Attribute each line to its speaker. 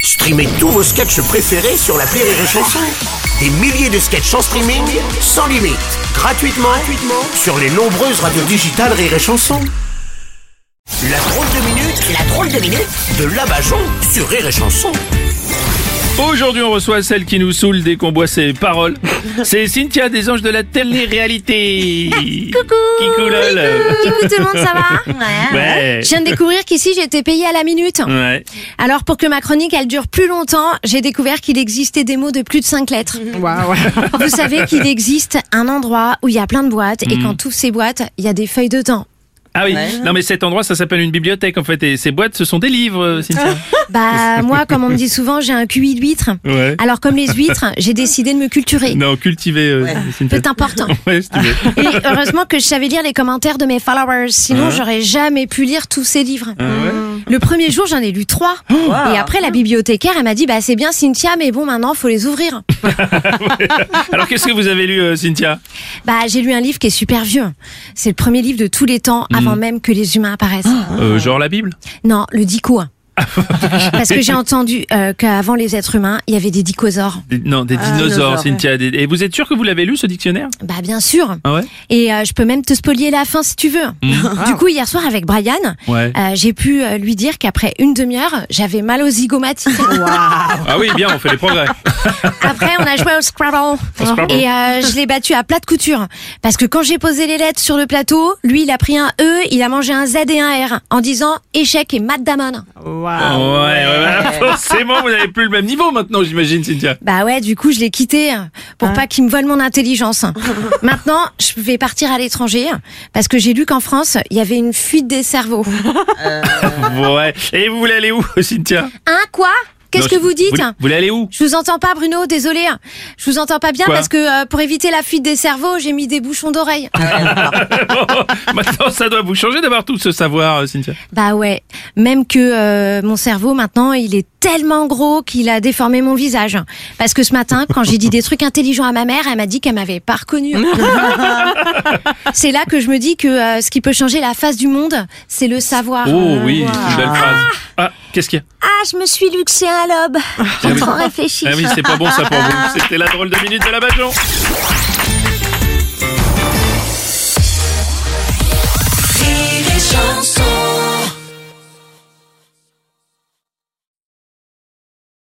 Speaker 1: Streamez tous vos sketchs préférés sur la Rire et Chanson. Des milliers de sketchs en streaming, sans limite, gratuitement, gratuitement sur les nombreuses radios digitales Rire et Chanson. La drôle de minute, la drôle de minute de Labajon sur Rire et Chanson.
Speaker 2: Aujourd'hui, on reçoit celle qui nous saoule dès qu'on boit ses paroles. C'est Cynthia des Anges de la télé-réalité.
Speaker 3: Coucou
Speaker 2: Kikou lol.
Speaker 3: Coucou tout le monde, ça va ouais,
Speaker 2: Ouais. Mm.
Speaker 3: Je viens de découvrir qu'ici j'étais payée à la minute.
Speaker 2: Ouais.
Speaker 3: Alors pour que ma chronique elle dure plus longtemps, j'ai découvert qu'il existait des mots de plus de 5 lettres. Vous savez qu'il existe un endroit où il y a plein de boîtes
Speaker 2: Mm.
Speaker 3: et quand toutes ces boîtes, il y a des feuilles dedans.
Speaker 2: Ah oui. Non, mais cet endroit, ça s'appelle une bibliothèque, en fait. Et ces boîtes, ce sont des livres, euh, Cynthia.
Speaker 3: Bah moi, comme on me dit souvent, j'ai un QI d'huître.
Speaker 2: Ouais.
Speaker 3: Alors comme les huîtres, j'ai décidé de me culturer.
Speaker 2: Non, cultiver, euh, Cynthia.
Speaker 3: C'est important.
Speaker 2: Ouais, si tu veux.
Speaker 3: Et heureusement que je savais lire les commentaires de mes followers,
Speaker 2: Hein
Speaker 3: sinon j'aurais jamais pu lire tous ces livres.
Speaker 2: Ah
Speaker 3: Le premier jour, j'en ai lu trois. Et après, la bibliothécaire, elle m'a dit, bah c'est bien Cynthia, mais bon, maintenant, faut les ouvrir.
Speaker 2: Alors, qu'est-ce que vous avez lu, euh, Cynthia
Speaker 3: Bah j'ai lu un livre qui est super vieux. C'est le premier livre de tous les temps, avant même que les humains apparaissent.
Speaker 2: Euh, Genre la Bible
Speaker 3: Non, le dico. Parce que j'ai entendu euh, qu'avant les êtres humains, il y avait des dicosaures.
Speaker 2: Des- Non, des Ah, dinosaures, Cynthia. Des- Et vous êtes sûr que vous l'avez lu, ce dictionnaire
Speaker 3: Bah bien sûr.
Speaker 2: Ah ouais
Speaker 3: Et euh, je peux même te spolier la fin si tu veux. Du coup, hier soir avec Brian,
Speaker 2: Ouais.
Speaker 3: euh, j'ai pu euh, lui dire qu'après une demi-heure, j'avais mal aux zygomatiques.
Speaker 2: Ah oui, bien, on fait des progrès.
Speaker 3: Après, on a joué au Scrabble.
Speaker 2: Scrabble.
Speaker 3: Et euh, je l'ai battu à plat de couture. Parce que quand j'ai posé les lettres sur le plateau, lui, il a pris un E, il a mangé un Z et un R en disant échec et Matt Damon.
Speaker 2: Ouais, ouais, Ah. ouais. Forcément, vous n'avez plus le même niveau maintenant, j'imagine, Cynthia.
Speaker 3: Bah ouais, du coup, je l'ai quitté euh, pour pas qu'il me vole mon intelligence. Maintenant, je vais partir à l'étranger parce que j'ai lu qu'en France, il y avait une fuite des cerveaux.
Speaker 2: Ouais. Et vous voulez aller où, Cynthia
Speaker 3: Hein, quoi Qu'est-ce
Speaker 2: Non,
Speaker 3: que
Speaker 2: je-
Speaker 3: vous dites
Speaker 2: Vous voulez aller où
Speaker 3: Je vous entends pas, Bruno, désolé. Je vous entends pas bien
Speaker 2: Quoi
Speaker 3: parce que euh, pour éviter la fuite des cerveaux, j'ai mis des bouchons d'oreilles. Ah.
Speaker 2: Oh, Maintenant, ça doit vous changer d'avoir tout ce savoir, euh, Cynthia.
Speaker 3: Bah ouais, même que euh, mon cerveau maintenant, il est tellement gros qu'il a déformé mon visage. Parce que ce matin, quand j'ai dit des trucs intelligents à ma mère, elle m'a dit qu'elle m'avait pas reconnue. c'est là que je me dis que euh, ce qui peut changer la face du monde, c'est le savoir.
Speaker 2: Oh oui, une belle phrase. Ah, qu'est-ce qu'il y a
Speaker 3: Ah, je me suis luxé un lobe.
Speaker 2: oui.
Speaker 3: J'entends réfléchir.
Speaker 2: Ah oui, c'est pas bon ça pour vous. C'était la drôle de minute de la Bajon.
Speaker 4: Rire et chanson.